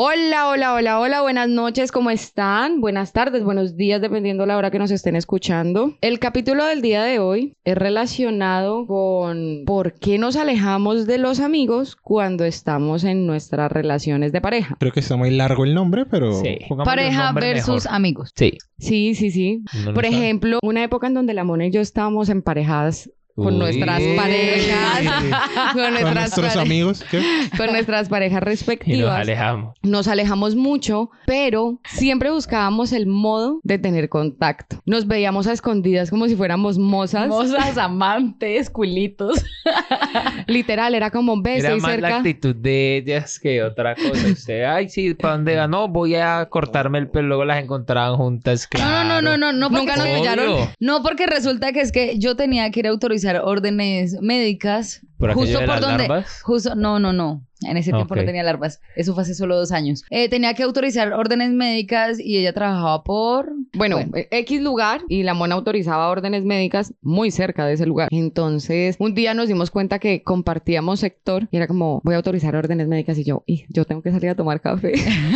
Hola, hola, hola, hola, buenas noches, ¿cómo están? Buenas tardes, buenos días, dependiendo la hora que nos estén escuchando. El capítulo del día de hoy es relacionado con por qué nos alejamos de los amigos cuando estamos en nuestras relaciones de pareja. Creo que está muy largo el nombre, pero... Sí. Pongámosle un Pareja nombre versus mejor. amigos. Sí. Sí, sí, sí. No lo Por sabe. ejemplo, una época en donde la Mona y yo estábamos emparejadas con Uy. nuestras parejas, con Con nuestras, nuestros pare- amigos. ¿qué? con nuestras parejas y nos respectivas. alejamos. Nos alejamos mucho, pero siempre buscábamos el modo de tener contacto. Nos veíamos a escondidas como si fuéramos mozas. Mozas, amantes, culitos. Literal, era como ve, Era estoy más la cerca. actitud de ellas que otra cosa. Usted, ay, sí, ¿para dónde va? No, voy a cortarme el pelo. Luego las encontraban juntas. Claro. No, no, no, no, no. porque- Nunca nos Obvio. pillaron. No, porque resulta que es que yo tenía que ir a autorizar órdenes médicas. ¿Por aquello justo de por las donde. larvas? Justo, no, no, no. En ese tiempo Ok. no tenía larvas. Eso fue hace solo dos años. Eh, tenía que autorizar órdenes médicas y ella trabajaba por. Bueno, Bueno. pues. eh, X lugar y la mona autorizaba órdenes médicas muy cerca de ese lugar. Entonces, un día nos dimos cuenta que compartíamos sector y era como, voy a autorizar órdenes médicas y yo, y yo tengo que salir a tomar café.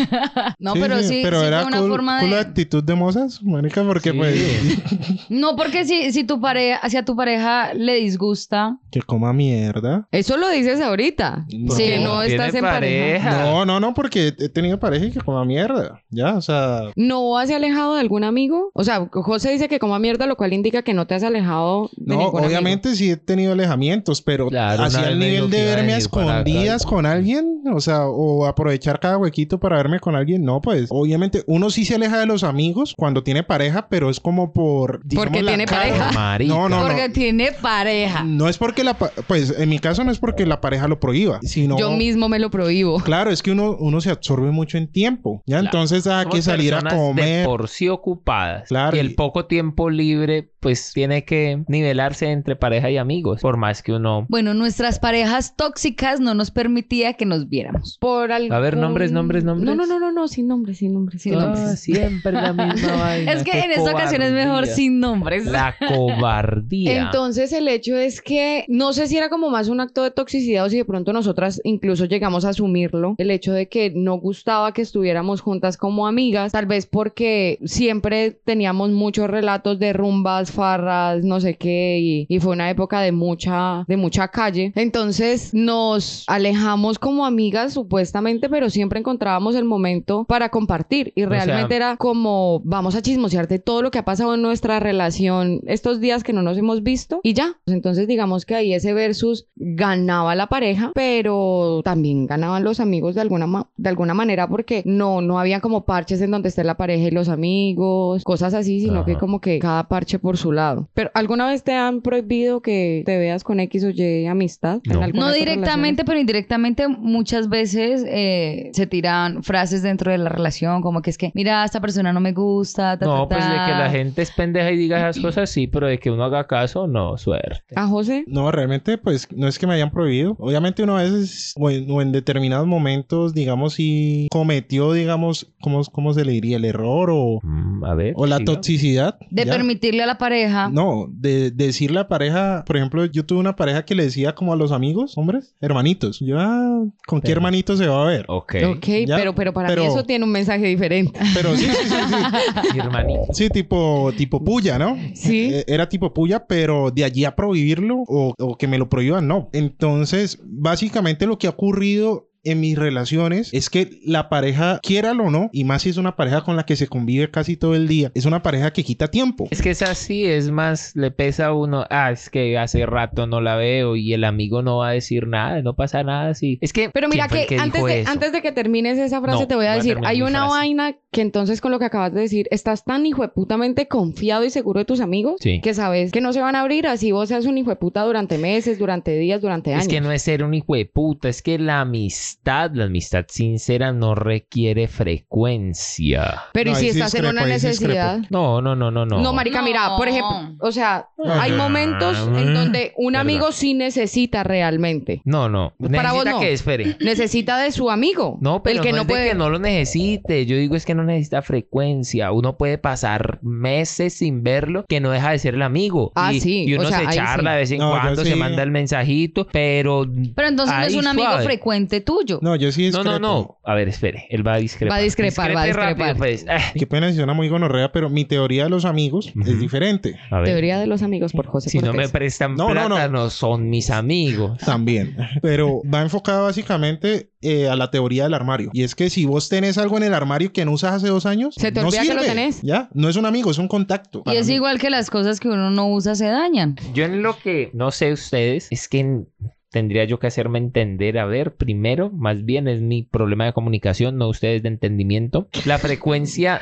No, pero sí, pero sí era fue una cool- forma cool de. la actitud de mozas, marica, porque Sí. pues... No, porque si, si tu pareja, hacia tu pareja le disgusta. Que coma mierda. Eso lo dices ahorita. No. Sí, Porque no tiene estás en pareja. No, no, no, porque he tenido pareja y que coma mierda. Ya, o sea... ¿No has alejado de algún amigo? O sea, José dice que coma mierda, lo cual indica que no te has alejado de No, ningún amigo. obviamente sí he tenido alejamientos, pero Claro, una hacia vez el me dijo nivel que de iba a verme a venir para acá. escondidas con alguien, o sea, o aprovechar cada huequito para verme con alguien, no, pues obviamente uno sí se aleja de los amigos cuando tiene pareja, pero es como por... digamos, Porque la tiene cara. pareja. Marica. No, no, porque tiene Ah. pareja. No es porque la... pa- Pues en mi caso no es porque la pareja lo prohíba, sino... Yo mismo me lo prohíbo. Claro, es que uno, uno se absorbe mucho en tiempo, ¿ya? Claro. Entonces hay Somos que salir a personas De comer. por sí ocupadas. Claro, Y y- el poco tiempo libre, pues tiene que nivelarse entre pareja y amigos. Por más que uno. Bueno, nuestras parejas tóxicas no nos permitía que nos viéramos. Por algún... A ver, nombres, nombres, nombres. No, no, no, no, no, sin nombres, sin nombres, sin Ah, nombres. siempre la misma vaina. es que Qué en esta ocasión es mejor cobardía. sin nombres. La cobardía. Entonces el hecho es que no sé si era como más un acto de toxicidad o si de pronto nosotras incluso llegamos a asumirlo, el hecho de que no gustaba que estuviéramos juntas como amigas, tal vez porque siempre teníamos muchos relatos de rumbas, farras, no sé qué, y, y fue una época de mucha, de mucha calle. Entonces nos alejamos como amigas supuestamente, pero siempre encontrábamos el momento para compartir y sea, realmente era como vamos a chismosear de todo lo que ha pasado en nuestra relación estos días que no nos hemos visto y ya. Pues Entonces digamos que ahí ese versus ganaba la pareja, pero también ganaban los amigos de alguna ma- de alguna manera porque no no había como parches en donde esté la pareja y los amigos, cosas así, sino que Ajá. como que cada parche por su lado. Pero ¿alguna vez te han prohibido que te veas con X o Y amistad? en No. alguna No de tus directamente, pero indirectamente muchas veces eh, se tiran frases dentro de la relación, como que es que, mira, esta persona no me gusta, ta, No, ta, pues de que ta". la gente es pendeja y diga esas cosas, sí, pero de que uno haga caso, no, suerte. relaciones? A Ah, José No, realmente, pues no es que me hayan prohibido. Obviamente, uno a veces, o en, o en determinados momentos, digamos, si cometió, digamos, ¿cómo, cómo se le diría? El error o, Mm, a ver. o la siga. toxicidad. De ¿ya? permitirle a la pareja. No, de, decir la pareja, por ejemplo, yo tuve una pareja que le decía como a los amigos, hombres, hermanitos. Yo, ah, ¿con qué Pero- hermanito se va a ver? Ok. Ok, Ya, pero, pero para mí pero- eso tiene un mensaje diferente. Pero sí, sí, sí, sí. Mi hermanito. Sí, tipo, tipo puya, ¿no? Sí. Eh, Era tipo puya, pero de allí a prohibirlo o, o que me lo prohíban, no. Entonces, básicamente lo que ha ocurrido en mis relaciones es que la pareja, quiéralo o no, y más si es una pareja con la que se convive casi todo el día, es una pareja que quita tiempo. Es que es así, es más, le pesa a uno, ah, es que hace rato no la veo y el amigo no va a decir nada, no pasa nada, sí. Es que... Pero mira ¿quién fue que, el antes, dijo de, eso? antes de que termines esa frase No, te voy a voy a decir, terminar hay mi una frase. vaina que entonces con lo que acabas de decir, estás tan hijueputamente confiado y seguro de tus amigos Sí. que sabes que no se van a abrir así vos seas un hijueputa durante meses, durante días, durante años. Es que no es ser un hijo de puta, es que la amistad, la amistad sincera no requiere frecuencia. Pero ¿y No, si ahí sí estás en discrepo, una ahí sí necesidad? No, no, no, no, no. No, marica, mira, por ejemplo, o sea, No. hay momentos en donde un Ah, Verdad. amigo sí necesita realmente. No, no. Para vos Necesita no. que espere. Necesita de su amigo. No, pero el que no, no, es de puede. que no lo necesite. Yo digo es que no necesita frecuencia. Uno puede pasar meses sin verlo, que no deja de ser el amigo. Ah, y, sí, Y o uno sea, se ahí charla sí. de vez en No, yo cuando, se sí. manda el mensajito, pero. Pero entonces no Ahí es un amigo suave. frecuente tuyo. No, yo sí No, discrepo. no, no. A ver, espere. Él va a discrepar. Va a discrepar, va a Discrepe discrepar. rápido, pues. Ah, Qué pena si suena muy gonorrea, pero mi teoría de los amigos Ujú. es diferente. a ver. Teoría de los amigos por José Si no me Cortés. prestan No, no, plata, no. no, son mis amigos. También. Pero va enfocada básicamente eh, a la teoría del armario. Y es que si vos tenés algo en el armario que no usas hace dos años, Se te no olvida que lo sirve. tenés. Ya, no es un amigo, es un contacto. Y para es mí. igual que las cosas que uno no usa se dañan. Yo en lo que no sé ustedes es que n- tendría yo que hacerme entender, a ver, primero, más bien es mi problema de comunicación, no ustedes de entendimiento, la frecuencia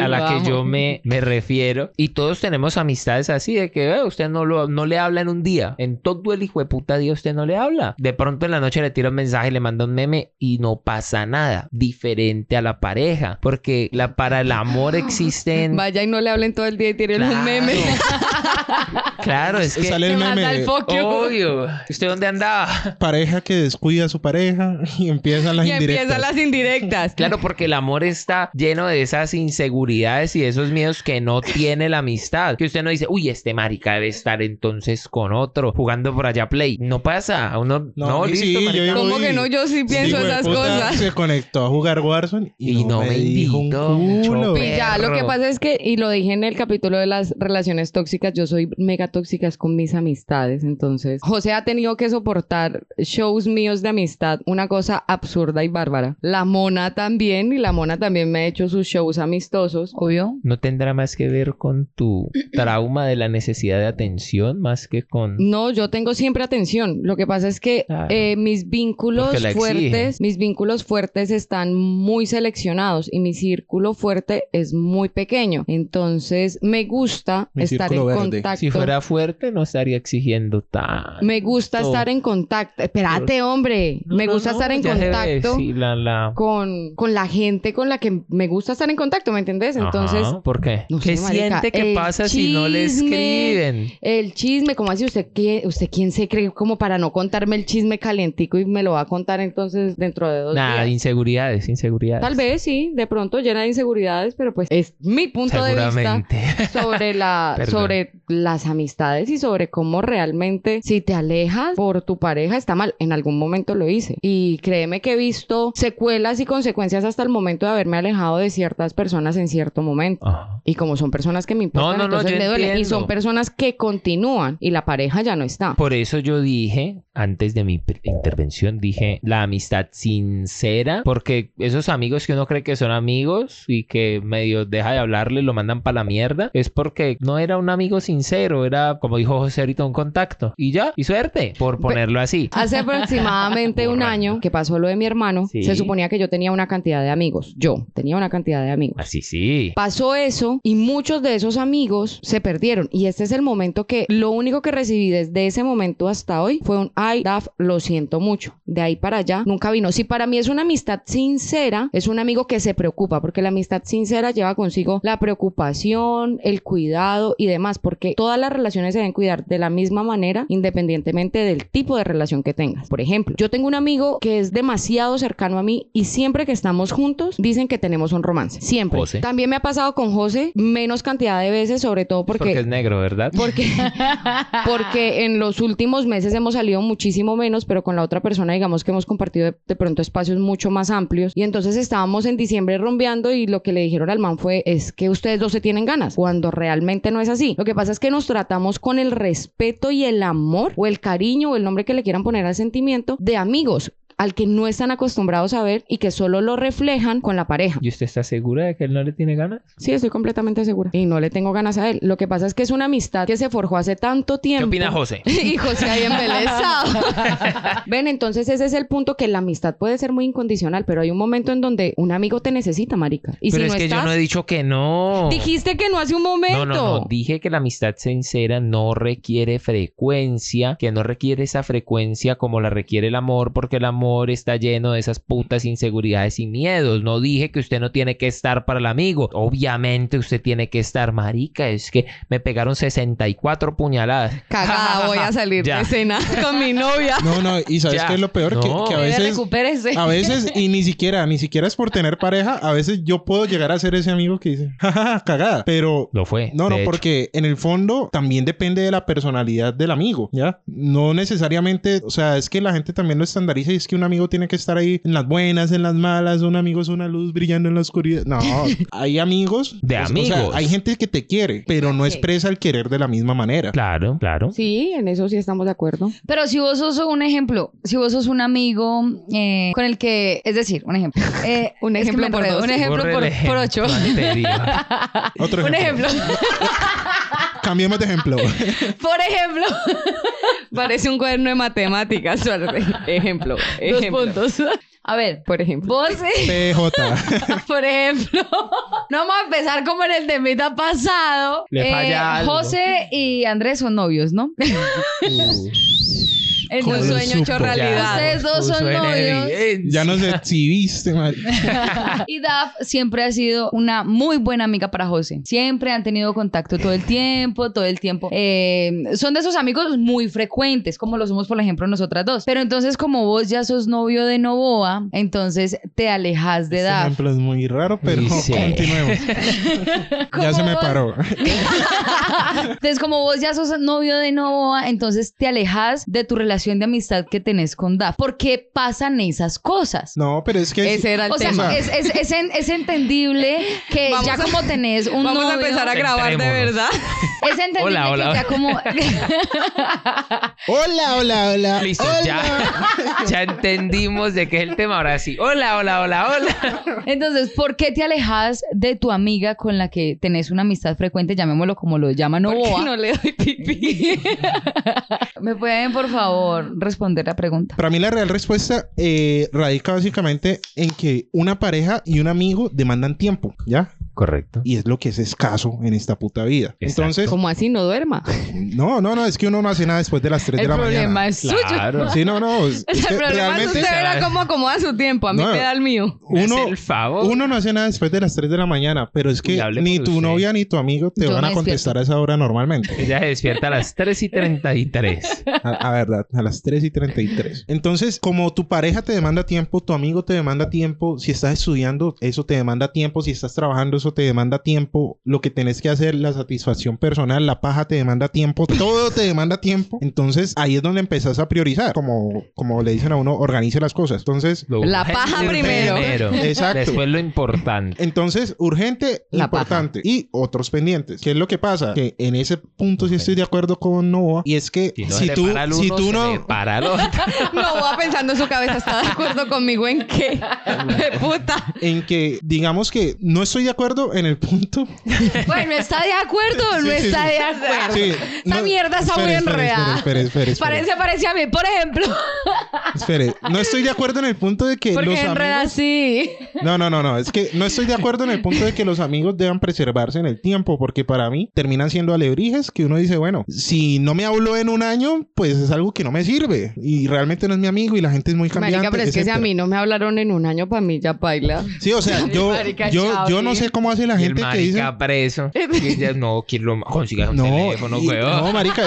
Ok, a la vamos. que yo me, me refiero. Y todos tenemos amistades así, de que "Eh, usted no, lo, no le habla en un día, en todo el hijo de puta día usted no le habla. De pronto en la noche le tira un mensaje, le manda un meme y no pasa nada, diferente a la pareja, porque la, para el amor existen... Vaya y no le hablen todo el día y tiren un meme. Claro, es que... Sale el Te manda meme el de "Oh, fuck you. Obvio. ¿Usted dónde andaba? pareja que descuida a su pareja y empiezan las y indirectas. empiezan las indirectas. Claro, porque el amor está lleno de esas inseguridades y de esos miedos que no tiene la amistad. Que usted no dice, uy, este marica debe estar entonces con otro jugando por allá play. No pasa. Uno, No, no, y listo, sí, marica, yo digo, ¿Cómo Uy, que no? Yo sí pienso Hijo de esas puta, cosas. Se conectó a jugar Warzone y, no, me, dijo un invitó, culo. mucho Y ya, lo que Perro. pasa es que, y lo dije en el capítulo de las relaciones tóxicas, yo soy mega tóxicas con mis amistades, entonces José ha tenido que soportar shows míos de amistad, una cosa absurda y bárbara. La mona también, y la mona también me ha hecho sus shows amistosos. Obvio. ¿No tendrá más que ver con tu trauma de la necesidad de atención más que con... No, yo tengo siempre atención. Lo que pasa es que Claro. eh, mis vínculos Porque la fuertes, exigen. mis vínculos fuertes están muy seleccionados y mi círculo fuerte es muy pequeño. Entonces me gusta Mi estar en círculo verde. contacto. Si fuera fuerte, no estaría exigiendo tan... Me gusta Todo. estar en contacto. Espérate, hombre. No, me no, gusta no, estar en ya se ve, contacto sí, la- la- con, con la gente con la que me gusta estar en contacto, ¿me entendés? Entonces, Ajá, ¿por qué? no ¿Qué sé, marica, siente que el pasa si no le chisme, escriben? el chisme, como así, usted quién, usted quién se cree como para no contarme el chisme calientico y me lo va a contar entonces dentro de dos Nada, días. inseguridades, inseguridades. Tal vez sí, de pronto llena de inseguridades, pero pues es mi punto de vista Seguramente. sobre la Perdón. sobre las amistades y sobre cómo realmente si te alejas por tu pareja está mal. En algún momento lo hice y créeme que he visto secuelas y consecuencias hasta el momento de haberme alejado de ciertas personas en cierto momento. Ajá. Y como son personas que me importan, no, no, entonces yo me duele. Y entiendo. son personas que continúan y la pareja ya no está. Por eso yo dije, antes de mi pr- intervención, dije la amistad sincera, porque esos amigos que uno cree que son amigos y que medio deja de hablarle, lo mandan para la mierda, es porque no era un amigo sincero, era, como dijo José ahorita, un contacto. Y ya, y suerte, por ponerlo así. Hace aproximadamente un Borracho. año que pasó lo de mi hermano, Sí. se suponía que yo tenía una cantidad de amigos. Yo tenía una cantidad de amigos. Así sí. Pasó eso y muchos de esos amigos se perdieron. Y este es el momento que lo único que recibí desde ese momento hasta hoy fue un ay, Daf, lo siento mucho. De ahí para allá nunca vino. Si para mí es una amistad sincera, es un amigo que se preocupa, porque la amistad sincera lleva consigo la preocupación, el cuidado y demás, porque todas las relaciones se deben cuidar de la misma manera, independientemente del tipo de relación que tengas. Por ejemplo, yo tengo un amigo que es demasiado cercano a mí y siempre que estamos juntos dicen que tenemos un romance. Siempre. José. También me ha pasado con José menos cantidad de veces, sobre todo Porque, es porque... negro, ¿verdad? Porque, porque en los últimos meses hemos salido muchísimo menos, pero con la otra persona digamos que hemos compartido de, de pronto espacios mucho más amplios. Y entonces estábamos en diciembre rumbeando y lo que le dijeron al man fue es que ustedes dos se tienen ganas, cuando realmente no es así. Lo que pasa es que nos tratamos con el respeto y el amor o el cariño o el nombre que le quieran poner al sentimiento de amigos al que no están acostumbrados a ver y que solo lo reflejan con la pareja. ¿Y usted está segura de que él no le tiene ganas? Sí, estoy completamente segura. Y no le tengo ganas a él. Lo que pasa es que es una amistad que se forjó hace tanto ¿Qué tiempo. opina José? y José ahí embelesado. Ven, entonces ese es el punto que la amistad puede ser muy incondicional, pero hay un momento en donde un amigo te necesita, marica. Y Pero si es no que estás, yo no he dicho que no. dijiste que no hace un momento. No, no, no. Dije que la amistad sincera no requiere frecuencia, que no requiere esa frecuencia como la requiere el amor, porque el amor está lleno de esas putas inseguridades y miedos. No dije que usted no tiene que estar para el amigo. Obviamente usted tiene que estar, marica. Es que me pegaron 64 puñaladas. Cagada, voy a salir Ya. de cena con mi novia. No, no, y sabes Ya. qué es lo peor que, No. que a Bebé, veces recupérese. a veces y ni siquiera ni siquiera es por tener pareja, a veces yo puedo llegar a ser ese amigo que dice, jajaja, cagada, pero Lo fue. no, no, de hecho. porque en el fondo también depende de la personalidad del amigo, ¿ya? No necesariamente, o sea, es que la gente también lo estandariza y es que un amigo tiene que estar ahí en las buenas, en las malas, un amigo es una luz brillando en la oscuridad. No, hay amigos. pues, De o sea, amigos. hay gente que te quiere, pero no Ok. expresa el querer de la misma manera. Claro, claro. Sí, en eso sí estamos de acuerdo. Pero si vos sos un ejemplo, si vos sos un amigo eh, con el que, es decir, un ejemplo. Eh, Un es que ejemplo me por enredo, dos. Un ejemplo Borre por, el por ocho. ejemplo anterior. Otro Un ejemplo. Cambiemos de ejemplo. por ejemplo. Parece un cuaderno de matemáticas. suerte. Ejemplo, Dos ejemplo. puntos. A ver, Por ejemplo. vos, eh, PJ. por ejemplo, no vamos a empezar como en el temita pasado. Eh, Le falla algo. José y Andrés son novios, ¿no? Uh, ¿Cómo Un lo sueño hecho supo? realidad. Ustedes dos Puso son en novios. evidencia. Ya nos exhibiste, madre. Y Daf siempre ha sido una muy buena amiga para José. Siempre han tenido contacto todo el tiempo, todo el tiempo. Eh, son de esos amigos muy frecuentes, como lo somos, por ejemplo, nosotras dos. Pero entonces, como vos ya sos novio de Novoa, entonces te alejas de Este Daf. ejemplo es muy raro, pero Y sí. continuemos. ya ¿Cómo se me vas? paró. Entonces, como vos ya sos novio de Novoa, entonces te alejas de tu relación de amistad que tenés con Daf. ¿Por qué pasan esas cosas? No, pero es que... Ese era el O sea, tema. es, es- es en- es entendible que Vamos ya a- como tenés un Vamos a novio- empezar a grabar de Centrémonos. verdad. Es entendible Hola, que hola. ya como... Hola, hola, hola. Listo, ya. Ya entendimos de qué es el tema. Ahora sí. Hola, hola, hola, hola. Entonces, ¿por qué te alejas de tu amiga con la que tenés una amistad frecuente? Llamémoslo como lo llama Porque Novoa. no le doy pipí. ¿Me pueden, por favor, responder la pregunta? Para mí la real respuesta eh, radica básicamente en que una pareja y un amigo demandan tiempo, ¿ya? Correcto. Y es lo que es escaso en esta puta vida. Exacto. Entonces, Como así no duerma. no, no, no, es que uno no hace nada después de las 3 El de la problema mañana. es suyo. Claro. Sí, no, no. es- es que el problema realmente es usted verá Claro. cómo acomoda su tiempo. A mí No. me da el mío. Uno, uno, el favor. uno no hace nada después de las 3 de la mañana, pero es Y que hable ni por tu usted. novia ni tu amigo te Yo van me a contestar a esa hora normalmente. Ella se despierta a las 3 y 33. A, a verdad, a las 3 y 33. Entonces, como tu pareja te demanda tiempo, tu amigo te demanda tiempo, si estás estudiando, eso te demanda tiempo, si estás trabajando, eso te demanda tiempo, lo que tenés que hacer, la satisfacción personal, la paja te demanda tiempo, todo te demanda tiempo. Entonces, ahí es donde empezás a priorizar, como, como le dicen a uno, organice las cosas. Entonces, Lo La urgente paja primero. Exacto. Después lo importante. entonces, urgente, La importante y otros pendientes. ¿Qué es lo que pasa? Que en ese punto sí estoy de acuerdo con Noah y es que Si, no si, se tú, le para al uno, si tú se no... le para al otro. No va pensando en su cabeza. ¿Está de acuerdo conmigo en qué? De puta. en que digamos que no estoy de acuerdo en el punto. Bueno, ¿está de acuerdo o no Sí, sí, está sí. de acuerdo? Sí, Esta mierda está muy Espera, enredada. espera, espera, espera, Parece, parece a mí, por ejemplo. espere. No estoy de acuerdo en el punto de que Porque los enreda amigos... Eh, así. No, no, no, no. Es que no estoy de acuerdo en el punto de que los amigos deban preservarse en el tiempo, porque para mí terminan siendo alebrijes que uno dice, bueno, si no me habló en un año, pues es algo que no me sirve. Y realmente no es mi amigo y la gente es muy cambiante. Marica, pero es que si a etcétera. este. mí no me hablaron en un año, para mí ya baila. Sí, o sea, yo, Marica, yo, chao, yo no sí. sé cómo hace la y el gente que dice... marica preso. Y ella, no, quiero lo consigas un No, teléfono, y- weón. no, marica.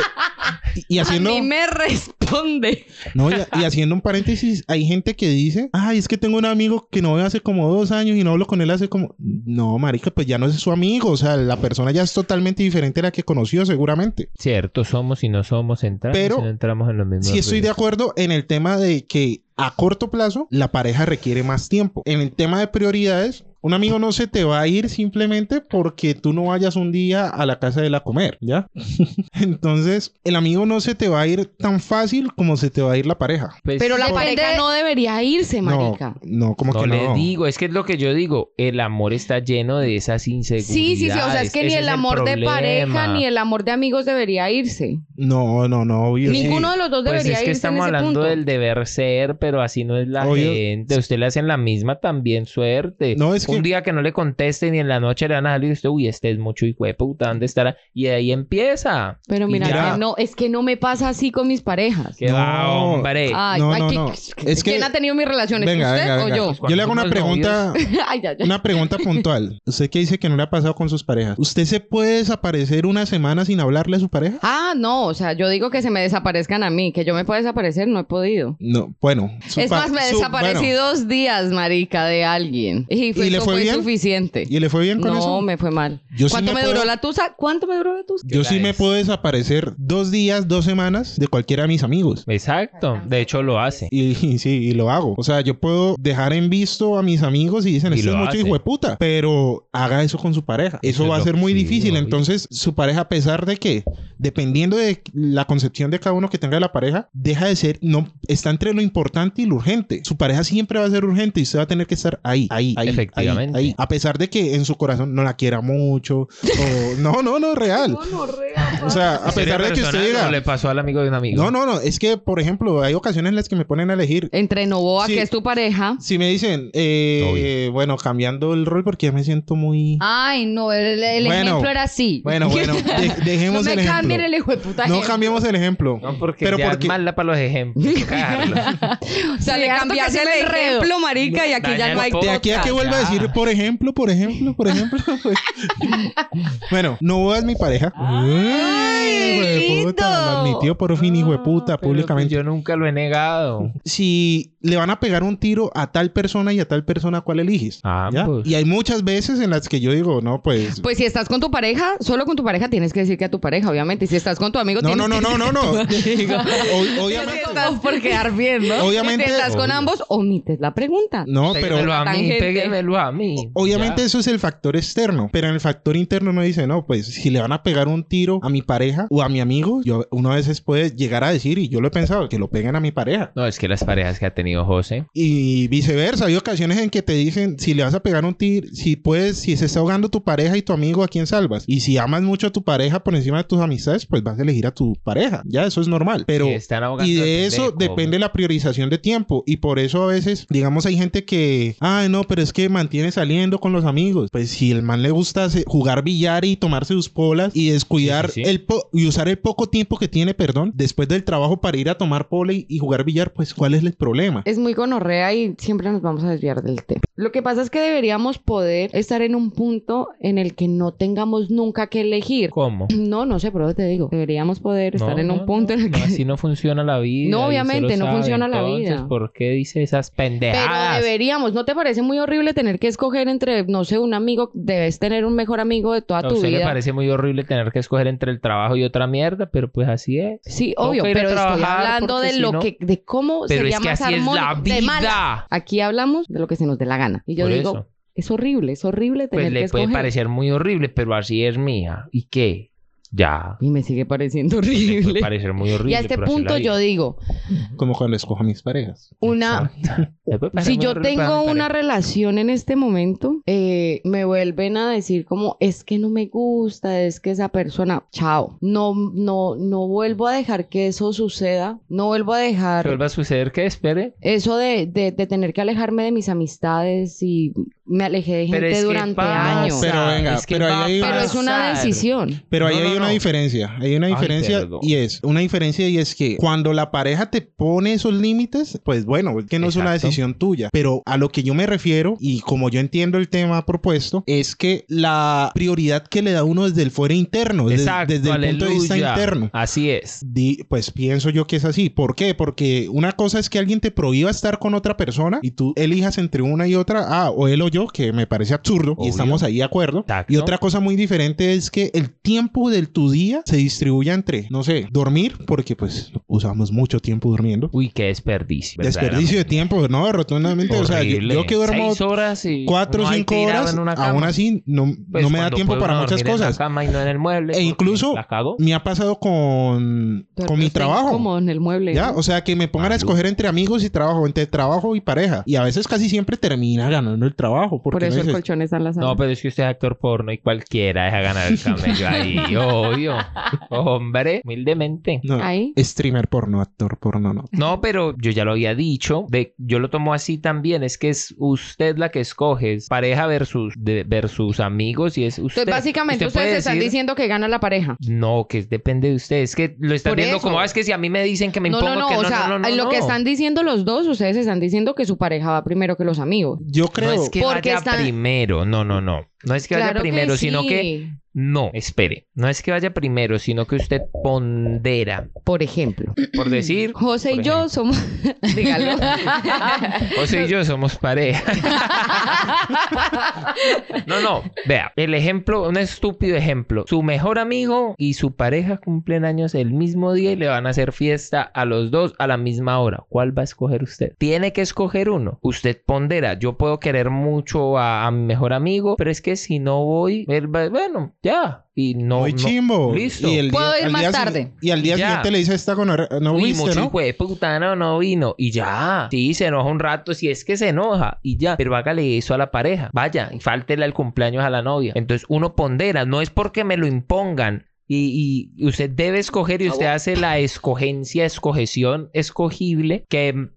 Y, y haciendo... A mí me responde. No, y, y haciendo un paréntesis, hay gente que dice, ay, es que tengo un amigo que no veo hace como dos años y no hablo con él hace como... No, marica, pues ya no es su amigo, o sea, la persona ya es totalmente diferente a la que conoció seguramente. Cierto, somos y no somos, entramos Pero y no entramos en los mismos. Sí estoy de ríos. acuerdo en el tema de que a corto plazo la pareja requiere más tiempo. En el tema de prioridades... Un amigo no se te va a ir simplemente porque tú no vayas un día a la casa de él a comer, ¿ya? Entonces, el amigo no se te va a ir tan fácil como se te va a ir la pareja. Pues, Pero la por- Depende- pareja no debería irse, No, marica. no, como no que le no. digo, es que es lo que yo digo, el amor está lleno de esas inseguridades. Sí, sí, sí. O sea, es que ni ese el amor de problema. pareja ni el amor de amigos debería irse. No, no, no, obvio. sí. Ninguno de los dos Pues debería es que irse en estamos ese hablando punto. del deber ser, pero así no es la Obvio. gente. Usted le hacen la misma también suerte. No, es que un día que no le contesten y en la noche le van a salir y usted, uy, este es mucho hijo de puta, ¿dónde estará? Y ahí empieza. Pero mira, Ya. que no, es que no me pasa así con mis parejas. ¡Qué va, No. hombre! Ay, No, ay, no, ¿qué- no. qué- Es que- ¿Quién ha tenido mis relaciones? Venga, ¿Usted venga, o venga. Pues yo? Yo le hago una pregunta, Ay, ya, ya. una pregunta puntual. Usted que dice que no le ha pasado con sus parejas. ¿Usted se puede desaparecer una semana sin hablarle a su pareja? Ah, no, o sea, yo digo que se me desaparezcan a mí, que yo me pueda desaparecer, no he podido. No, bueno. su es pa- más, me su- desaparecí bueno, dos días, marica, de alguien. Y, fue- ¿Y le eso fue bien? suficiente. ¿Y le fue bien con no, eso? me fue mal. Yo sí ¿Cuánto me me, puedo- duró la tusa? ¿Cuánto me duró la tusa? Yo sí la me es? puedo desaparecer dos días, dos semanas de cualquiera de mis amigos. Exacto. De hecho, lo hace. Y, y sí, y lo hago. O sea, yo puedo dejar en visto a mis amigos y dicen, Y este es lo mucho hace. hijo de puta. Pero haga eso con su pareja. Eso, Eso es va a lo- ser muy sí, difícil. obvio. Entonces, su pareja, a pesar de que, dependiendo de la concepción de cada uno que tenga de la pareja, deja de ser, no, está entre lo importante y lo urgente. Su pareja siempre va a ser urgente y usted va a tener que estar ahí, ahí, ahí. Efectivamente. Ahí, ahí. A pesar de que en su corazón no la quiera mucho. o- no, no, no, real. O sea, a pesar de que usted llega. le diga. pasó al amigo de un amigo? No, no, no. Es que, por ejemplo, hay ocasiones en las que me ponen a elegir Entre Novoa, Sí. que es tu pareja. si me dicen, eh, Obvio. bueno, cambiando el rol porque ya me siento muy... Ay, no, el, el Bueno. ejemplo era así. Bueno, bueno, de- No dejemos me el ejemplo. cambien el hijo de puta. No ejemplo. cambiemos el ejemplo. No, porque Pero ya porque- es mala para los ejemplos. O sea, le cambiaste el ejemplo, marica, y aquí ya Daña no hay el De aquí a que podcast. vuelva a ya. decir, por ejemplo, por ejemplo, por ejemplo. pues. bueno, no es mi pareja. ¡Ay, Ay, hueputa, Lo lindo! admitió por fin, hijo de puta, públicamente. pues Yo nunca lo he negado. Si le van a pegar un tiro a tal persona y a tal persona, ¿cuál eliges? Ah, ¿Ya? pues. Y hay muchas veces en las que yo digo, no, pues... Pues si estás con tu pareja, solo con tu pareja tienes que decir que a tu pareja, obviamente. Y si estás con tu amigo, no, tienes no, no, que no, no, no. Ob- Si obviamente... estás por quedar bien, ¿no? Obviamente- Si estás con Obvio. ambos, omites la pregunta. No, pero... Péguemelo a mí, Tangente. péguemelo a mí. Obviamente Ya. eso es el factor externo, pero en el factor interno uno dice, no, pues si le van a pegar un tiro a mi pareja o a mi amigo, yo, uno a veces puede llegar a decir, y yo lo he pensado, que lo peguen a mi pareja. No, es que las parejas que ha tenido José. Y viceversa, hay ocasiones en que te dicen, si le vas a pegar un tiro, si puedes, si se está ahogando tu pareja y tu amigo, ¿a quién salvas? Y si amas mucho a tu pareja por encima de tus amistades, pues vas a elegir a tu pareja, ya eso es normal, pero... que Eh, están ahogando Y al de eso pendejo. depende la priorización de tiempo. Y por eso a veces, digamos, hay gente que, ay, no, pero es que mantiene saliendo con los amigos. Pues si el man le gusta hace- jugar billar y tomarse sus polas y descuidar Sí, sí, sí. el po- y usar el poco tiempo que tiene, perdón, después del trabajo para ir a tomar pola y, y jugar billar, pues ¿cuál es el problema? Es muy gonorrea y siempre nos vamos a desviar del tema. Lo que pasa es que deberíamos poder estar en un punto en el que no tengamos nunca que elegir. ¿Cómo? No, no sé, pero te digo, deberíamos poder No, estar en un no, punto no, en el que... no, así no funciona la vida. No, y usted obviamente, no lo sabe. funciona la Entonces, vida. ¿por qué dice esas Pero pendejadas? deberíamos, ¿no te parece muy horrible tener que escoger entre, no sé, un amigo, debes tener un mejor amigo de toda a tu usted le vida? parece muy horrible tener que escoger entre el trabajo y otra mierda, pero pues así es. Sí, Toca obvio, ir a pero estoy trabajar hablando porque de si lo no- que, de cómo Pero sería es que más así es la armónico, de mala. vida. Aquí hablamos de lo que se nos dé la gana. Y yo Por digo, eso. es horrible, es horrible tener Pues que le puede escoger. parecer muy horrible, pero así es mía. ¿Y qué? Ya. Y me sigue pareciendo Le puede horrible. parecer muy horrible. Y a este pero así es la punto vida. yo digo, Como cuando escojo a mis parejas. una, Exacto. Le puede parecer si muy yo horrible, pero tengo me parece- una relación en este momento, eh, me vuelven a decir como, es que no me gusta, es que esa persona, chao, no, no, no vuelvo a dejar que eso suceda, no vuelvo a que dejar vuelva a suceder que espere. eso de, de, de tener que alejarme de mis amistades y me alejé de Pero gente es que durante pasa, años. Pero venga, es que pero ahí va a hay- Pero es una pasar. decisión. Pero ahí No, hay no, una no. diferencia, hay una Ay, diferencia perdón. y es, una diferencia y es que cuando la pareja te pone esos límites, pues bueno, es que no es una Exacto. decisión tuya, pero a lo que yo me refiero y como yo entiendo el tema propuesto, es que la prioridad que le da uno desde el fuera interno, des- Exacto, desde el punto de vista aleluya. interno. Así es. Di- pues pienso yo que es así. ¿Por qué? Porque una cosa es que alguien te prohíba estar con otra persona y tú elijas entre una y otra, ah, o él o yo, que me parece absurdo y Obvio. estamos ahí de acuerdo. Exacto. Y otra cosa muy diferente es que el tiempo de tu día se distribuye entre, no sé, dormir, porque pues usamos mucho tiempo durmiendo. Uy, qué desperdicio. Desperdicio de tiempo, no, rotundamente. O sea, yo, Horrible. yo que duermo Seis horas y cuatro o uno ahí cinco tirado horas, en una aún cama. así no, Pues no me da cuando tiempo puede para uno muchas dormir en la cosas. cama y no en el mueble, E porque incluso- la cago. Me ha pasado con, con mi Duermes trabajo. incómodo en el mueble. Ya, ¿no? o sea, que me pongan a Maluco. escoger entre amigos y trabajo, entre trabajo y pareja. Y a veces casi siempre termina ganando el trabajo. trabajo. ¿Por, Por qué no eso el dices? colchón está en la sala. No, pero es que usted es actor porno y cualquiera deja ganar el camello ahí, obvio. Hombre, humildemente. No, Ahí. Streamer porno, actor porno, no. No, pero yo ya lo había dicho, de, yo lo tomo así también, es que es usted la que escoge, es pareja versus, de- versus amigos y es usted. Entonces, básicamente, Usted puede ustedes están decir, diciendo que gana la pareja. No, que depende de usted, es que lo estás Por viendo eso. como, "Ah, es que si a mí me dicen que me No, impongo no, no, que no, o sea, no, no, no, en lo no". que están diciendo los dos, ustedes están diciendo que su pareja va primero que los amigos. Yo creo. No es que Porque vaya están- primero, no, no, no. No es que vaya primero, sino que no, espere. No es que vaya primero, sino que usted pondera. Por ejemplo, Por decir, José Por y yo somos... Dígalo. José y yo somos pareja. No, no, vea, el ejemplo, un estúpido ejemplo. Su mejor amigo y su pareja cumplen años el mismo día y le van a hacer fiesta a los dos a la misma hora. ¿Cuál va a escoger usted? Tiene que escoger uno. Usted pondera, yo puedo querer mucho a, a mi mejor amigo, pero es que si no voy, él va, bueno, ya. Y no, Muy no- chimbo. Listo. Y el Puedo ir al más si- tarde. Y al día Ya. siguiente le dice esta con no Uy, viste, mucho ¿no? hijo de puta, no, no vino. Y ya. Sí, se enoja un rato, si es que se enoja. Y ya. Pero hágale eso a la pareja. Vaya, y fáltele al cumpleaños a la novia. Entonces uno pondera. No es porque me lo impongan. Y, y usted debe escoger Ah, y usted hace la escogencia, escogeción escogible que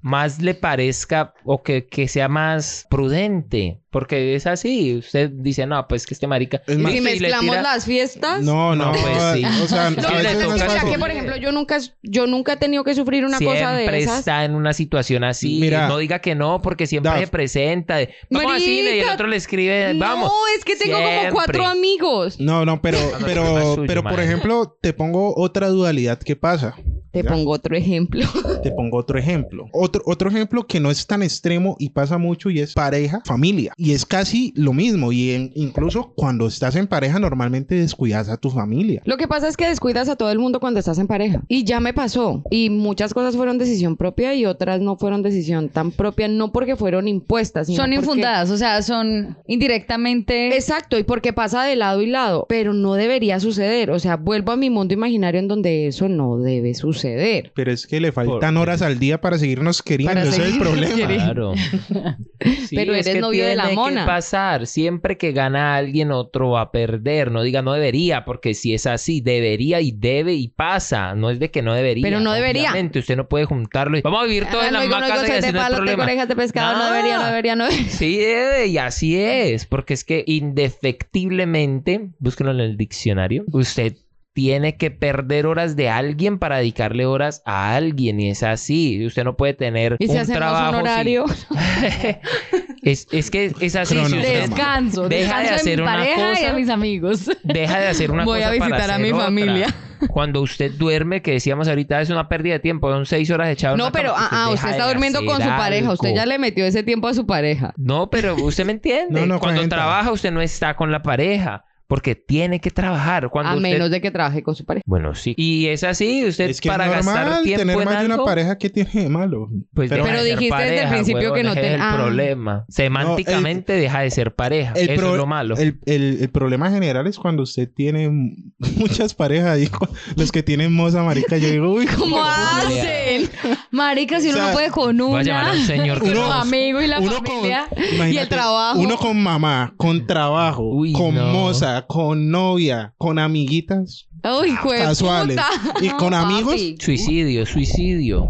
más le parezca o que, que sea más prudente. Porque es así. Usted dice, no, pues que este marica... Es más- si Y le mezclamos tira- las fiestas... No, no. No, pues, sí. O sea, No, a le pero veces no es toca- mira fácil. que, por ejemplo, yo nunca, yo nunca he tenido que sufrir una siempre cosa de esas. está en una situación así. Mira. no diga que no, porque siempre Daf. se presenta. de, Vamos a Marica, cine y el otro le escribe, vamos. No, es que tengo como Siempre. cuatro amigos. No, no, pero, Ah, no es pero, suyo, pero por madre. ejemplo, te pongo otra dualidad que pasa. Te Ya. pongo otro ejemplo. Te pongo otro ejemplo. Otro, otro ejemplo que no es tan extremo y pasa mucho y es pareja, familia. Y es casi lo mismo. Y en- incluso cuando estás en pareja, normalmente descuidas a tu familia. Lo que pasa es que descuidas a todo el mundo cuando estás en pareja. Y ya me pasó. Y muchas cosas fueron decisión propia y otras no fueron decisión tan propia, no porque fueron impuestas. sino Son porque- infundadas, o sea, son indirectamente... Exacto, y porque pasa de lado y lado, pero no debería suceder. O sea, vuelvo a mi mundo imaginario en donde eso no debe suceder. Pero es que le faltan horas al día para seguirnos queriendo. Para Ese es el seguirnos problema. queriendo. Claro. Sí, Pero es eres que novio de la tiene que mona. pasar. Siempre que gana alguien, otro va a perder. No diga no debería, porque si es así, debería y debe y pasa. No es de que no debería. Pero no debería. Obviamente, usted no puede juntarlo. y, Vamos a vivir todas Ah, en la no misma oigo, no oigo, casa y soy así de no hay palo, tengo problema. orejas de pescado, no debería, no Nada. debería, no debería. Sí, debe, y así Em. es, porque es que indefectiblemente, búsquenlo en el diccionario, usted tiene que perder horas de alguien para dedicarle horas a alguien, y es así, usted no puede tener Y si un hacemos trabajo. un sin- horario, es, es que es así, si Cronograma. usted Descanso, Deja de descanso hacer mi una pareja y cosa. a mis amigos. deja de hacer una Voy cosa a para visitar a hacer mi otra. familia. Cuando usted duerme, que decíamos ahorita, es una pérdida de tiempo, son seis horas echadas. en no, una pero cama, ah, ah, deja usted está de durmiendo con hacer su pareja, usted algo. ya le metió ese tiempo a su pareja. No, pero usted me entiende. No, no Cuando cuenta. trabaja, usted no está con la pareja. Porque tiene que trabajar. Cuando a usted... menos de que trabaje con su pareja. Bueno, sí. Y es así. Usted Es que para es normal gastar tiempo tener en más de una algo, pareja que tiene de malo. pues Pero- deja Pero de ser dijiste desde el pareja, principio que huevón, no ese te- es el ah. problema. Semánticamente deja de ser pareja. El Eso pro- es lo malo. El, el- el problema general es cuando usted tiene m- muchas parejas. Y cu- los que tienen moza, marica, yo digo, uy, ¿Cómo hacen? hacen? Marica, si uno O sea, no puede con Voy a llamar a una, un señor que con Uno- los no- amigos y la uno familia. con imagínate, y el trabajo. Uno con mamá, con trabajo, Uy, con no. moza, con novia, con amiguitas Uy, juez. Ah, casuales y con amigos. Suicidio, suicidio.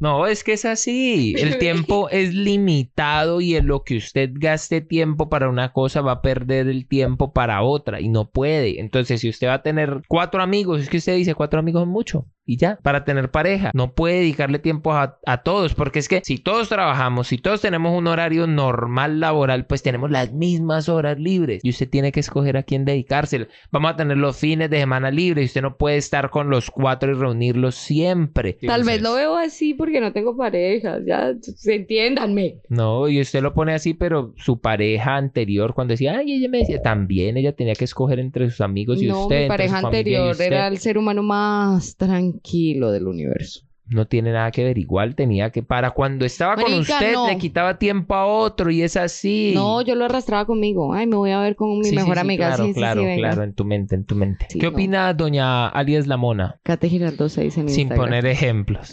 No, es que es así. El tiempo es limitado y en lo que usted gaste tiempo para una cosa va a perder el tiempo para otra y no puede. Entonces, si usted va a tener cuatro amigos, es que usted dice cuatro amigos es mucho y ya, para tener pareja, no puede dedicarle tiempo a, a todos porque es que si todos trabajamos, si todos tenemos un horario normal laboral, pues tenemos las mismas horas libres y usted tiene que escoger a quién dedicárselo vamos a tener los fines de semana libres y usted no puede estar con los cuatro y reunirlos siempre. Tal vez lo veo así porque no tengo parejas, ya, se entiéndanme. No, y usted lo pone así, pero su pareja anterior, cuando decía, ay, ella me decía, también ella tenía que escoger entre sus amigos y no, usted. mi entre pareja su familia y anterior usted. era el ser humano más tranquilo del universo. no tiene nada que ver. Igual tenía que, para cuando estaba con Marica, usted, no. le quitaba tiempo a otro y es así. No, yo lo arrastraba conmigo. Ay, me voy a ver con mi Sí, sí, mejor sí, amiga. Claro, sí, sí, claro, sí, venga. claro, en tu mente, en tu mente. Sí, ¿Qué no. opina doña Alias Lamona? Cate Giraldo 6 en Sin Instagram. poner ejemplos.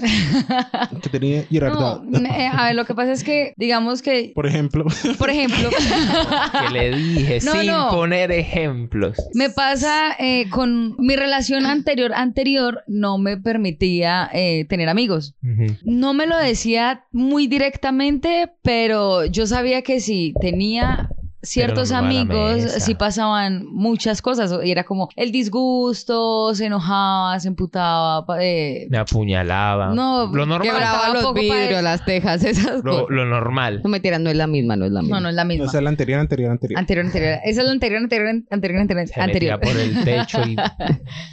que tenía Girardot. No, eh, a ver, lo que pasa es que, digamos que, Por ejemplo, por ejemplo, que le dije, No, sin no. poner ejemplos. me pasa eh, con mi relación anterior, anterior no me permitía eh, tener amigos. Ujú. No me lo decía muy directamente, pero yo sabía que si tenía ciertos no me va a la amigos, mesa. sí pasaban muchas cosas. Y era como el disgusto, se enojaba, se emputaba. pa- eh, Me apuñalaba. No, lo normal. Faltaba Quebraba los poco pa' vidrios, eso. las tejas, esas Lo, cosas. lo normal. No me tiran, no es la misma, no es la misma. no, no es la misma. o sea, la anterior, anterior, anterior. Anterior, anterior. Esa es la anterior, anterior, anterior, anterior. Se anterior. metía por el techo y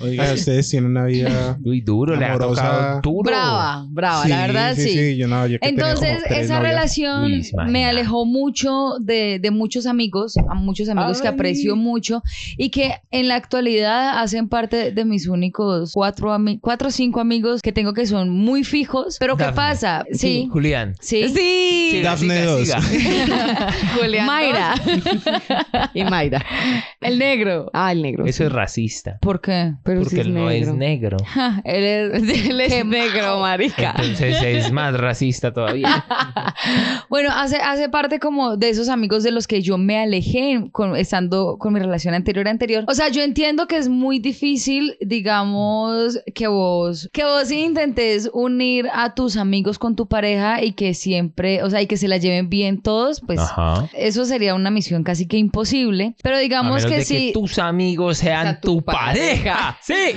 Oiga, ustedes tienen una vida uy, duro, le ha Amorosa. tocado duro. Brava, brava, la verdad sí. yo no, yo que he tenido Entonces, como tres esa novias. relación Luis, me imagina. alejó mucho de, de muchos amigos, a muchos amigos que Ay. aprecio mucho y que en la actualidad hacen parte de mis únicos cuatro, ami- cuatro o cinco amigos que tengo que son muy fijos. Pero ¿qué Dafne. pasa? Sí, Julián. sí. Sí, Siga, Dafne siga, dos. siga. Julián Mayra, dos Y Mayra. el negro. Ah, el negro. Eso es racista. ¿Por qué? Pero sí porque él no es negro. Ja, Él es, Él es negro, marica. Entonces es más racista todavía. Bueno, hace, hace parte como de esos amigos de los que yo me alejé con- estando con mi relación anterior anterior. O sea, yo entiendo que es muy difícil, digamos, que vos, que vos intentes unir a tus amigos con tu pareja y que siempre, o sea, y que se la lleven bien todos, pues Ajá. eso sería una misión casi que imposible. Pero a digamos menos que de sí. que tus amigos sean Sea tu, tu pareja. pareja. Sí.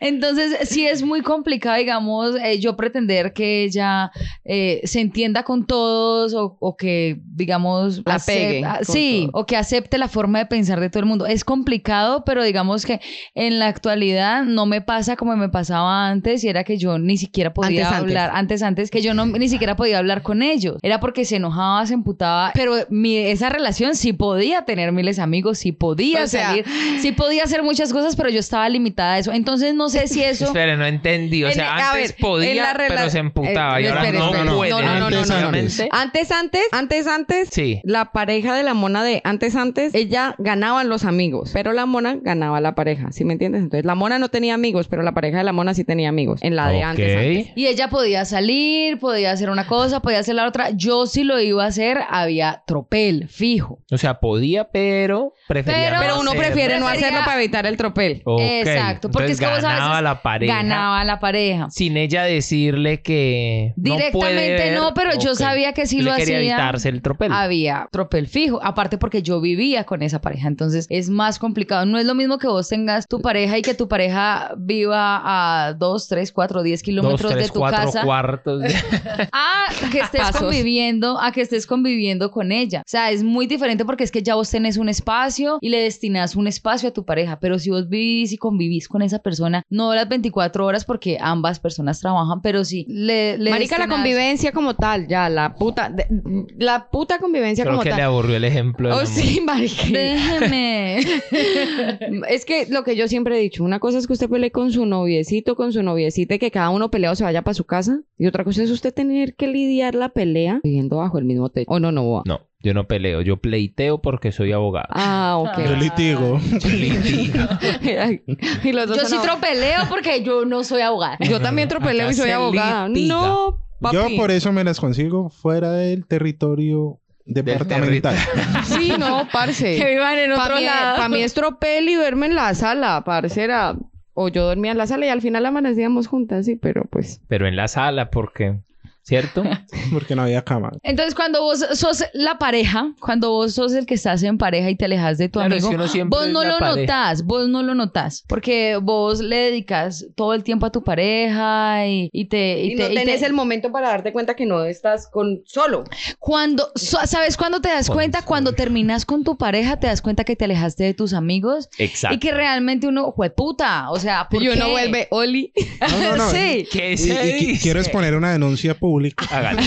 Entonces, sí es muy complicado, digamos, eh, yo pretender que ella eh, se entienda con todos o, o que, digamos, La acep- pegue ah, con Sí, o que acepte la forma de pensar de todo el mundo. Es complicado, pero digamos que en la actualidad no me pasa como me pasaba antes y era que yo ni siquiera podía Antes, antes. hablar antes, antes, que yo no, ni siquiera podía hablar con ellos. Era porque se enojaba, se emputaba, pero mi, esa relación sí podía tener miles de amigos, sí podía O sea, salir, sí podía hacer muchas cosas, pero yo estaba limitada a eso. Entonces no sé si eso... Espere, no entendí. O En- e, sea, a antes ver, en podía, la rela- pero se emputaba. Eh, y ahora espere, no, espere. puede. No, no, no, no, no, no. Obviamente, Antes, antes, antes, antes, Sí. la pareja de la mona de antes, antes, ella ganaba los amigos, pero la mona ganaba la pareja, ¿sí me entiendes? Entonces, la mona no tenía amigos, pero la pareja de la mona sí tenía amigos, en la de antes, antes. Ok. Y ella podía salir, podía hacer una cosa, podía hacer la otra. Yo si lo iba a hacer, había tropel, fijo. O sea, podía, pero prefería Pero- no Pero uno hacerlo. prefiere no Prefería- hacerlo para evitar el tropel. Ok. Exacto, porque Entonces es que vos a ganaba veces la pareja. Ganaba la pareja. Sin ella decirle que no puede Directamente no, ver. pero yo Ok. sabía que si Usted lo quería hacía- evitarse el tropel. Había tropel fijo, aparte porque yo vivía con esa pareja, entonces es más complicado. No es lo mismo que vos tengas tu pareja y que tu pareja viva a 2, 3, 4, 10 Dos, kilómetros tres, de tu cuatro casa. cuartos. de- a que estés Pasos. conviviendo, a que estés conviviendo con ella. O sea, es muy diferente porque es que ya vos tenés un espacio y le destinas un espacio a tu pareja, pero si vos vivís y convivís con esa persona, no las 24 horas porque ambas personas trabajan, pero sí le, le Marica, la destinas- convivencia como tal, ya, la puta, de- la puta convivencia Creo como que le tal. aburrió el ejemplo. de Oh, la sí, marica. Déjeme. Es que lo que yo siempre he dicho, una cosa es que usted pelee con su noviecito, con su noviecita, y que cada uno peleado se vaya para su casa. Y otra cosa es usted tener que lidiar la pelea viviendo bajo el mismo techo. Oh, no, no, boba. No, yo no peleo, yo pleiteo porque soy abogado. Ah, Yo ok. litigo. Ah, y los dos Yo son sí abogados. tropeleo porque yo no soy abogada. Yo también tropeleo Acá y soy se abogada. litiga. No, Ah. papi. Yo por eso me las consigo fuera del territorio departamental. Sí, no, parce. vivan en Para mí, pa' mí es tropel y duerme en la sala, parcera. O yo dormía en la sala y al final amanecíamos juntas, sí, pero pues... Pero en la sala, porque, ¿cierto? Porque no había cama. Entonces, cuando vos sos la pareja, cuando vos sos el que estás en pareja y te alejas de tu Claro, amigo, si uno siempre vos es no la lo pareja. notás, vos no lo notás, porque vos le dedicas todo el tiempo a tu pareja y, y te... y Y, te- no y te- tenés el momento para darte cuenta que no estás con solo. Cuando, so- ¿Sabes cuándo te das Cuando cuenta? soy- Cuando terminas con tu pareja, te das cuenta que te alejaste de tus amigos y Exacto. que realmente uno, jueputa, o sea, ¿por Y uno qué? vuelve, Oli. No, no, no. sí. ¿Qué Y, se y qui- dice? quiero exponer una denuncia pública. Hágale.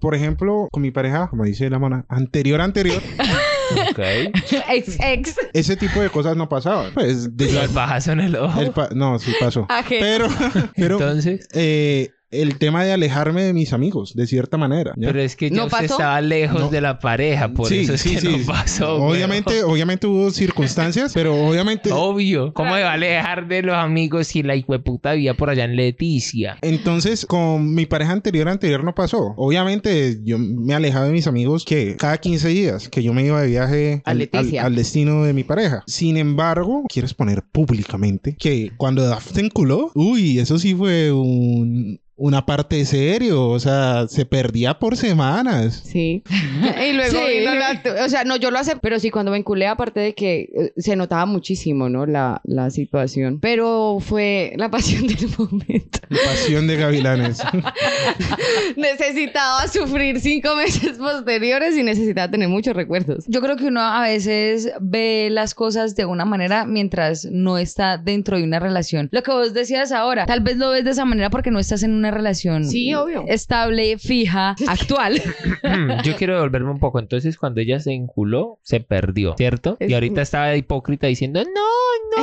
Por ejemplo, con mi pareja, como dice la mona, anterior, anterior, Ok. Ex, ex. Ese tipo de cosas no pasaban. Pues, de- Las bajas en el ojo. el pa- no, sí pasó. Ajé. Pero, pero Ah. Entonces, eh, el tema de alejarme de mis amigos, de cierta manera. ¿ya? pero es que ya ¿No usted pasó? estaba lejos No. de la pareja, por Sí, eso es sí, que sí. no pasó. güey. obviamente, obviamente hubo circunstancias, pero obviamente... Obvio. ¿Cómo me va a alejar de los amigos si la hijueputa vivía por allá en Leticia? Entonces, con mi pareja anterior, anterior no pasó. Obviamente, yo me alejaba de mis amigos que cada 15 días que yo me iba de viaje A Leticia. al destino de mi pareja. Sin embargo, quiero exponer públicamente que cuando Daft se enculó, uy, eso sí fue un- una parte serio. O sea, se perdía por semanas. Sí. y luego, Sí. vino la- o sea, no, yo lo acepto, pero sí, cuando me enculé, aparte de que eh, se notaba muchísimo, ¿no? La, la situación. Pero fue la pasión del momento. Pasión de gavilanes. necesitaba sufrir cinco meses posteriores y necesitaba tener muchos recuerdos. Yo creo que uno a veces ve las cosas de una manera mientras no está dentro de una relación. Lo que vos decías ahora, tal vez lo ves de esa manera porque no estás en una relación Sí, obvio. estable, fija, actual. Yo quiero devolverme un poco. Entonces, cuando ella se enculó, se perdió, ¿cierto? Y Es- ahorita estaba de hipócrita diciendo, no,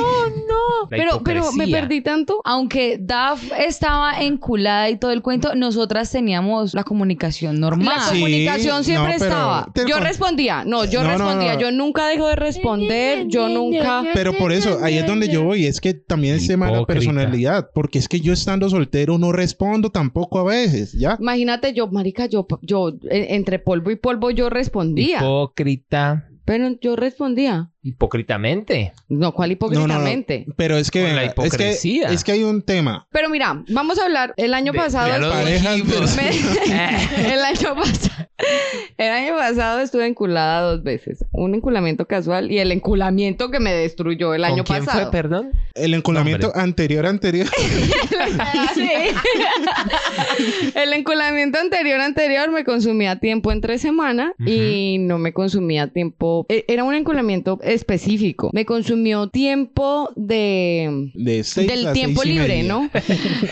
no, no. La Pero, pero me hipocresía. perdí tanto. Aunque Daf estaba enculada y todo el cuento, nosotras teníamos la comunicación normal. La Sí, comunicación siempre no, pero- estaba. te- Yo respondía. No, yo No, no, respondía. no. Yo nunca dejo de responder. Yo nunca. Pero por eso, ahí es donde yo voy. Es que también se llama la Hipócrita. personalidad. Porque es que yo estando soltero no respondo tampoco a veces, ¿ya? Imagínate, yo, marica, yo, yo eh, entre polvo y polvo yo respondía. Hipócrita. pero yo respondía. Hipócritamente. No, ¿cuál hipócritamente? Pero es que, Con la venga, es que hipocresía. es que hay un tema. Pero mira, vamos a hablar. El año De- pasado. ya lo Parejas dijimos. versus- Me- el año pasado el año pasado estuve enculada dos veces un enculamiento casual y el enculamiento que me destruyó el ¿Con año quién pasado fue, perdón? El enculamiento Hombre. anterior anterior. Sí. Ah, el enculamiento anterior anterior me consumía tiempo entre semana y no me consumía tiempo e- era un enculamiento específico me consumió tiempo de De seis del a tiempo seis y libre, media. ¿no?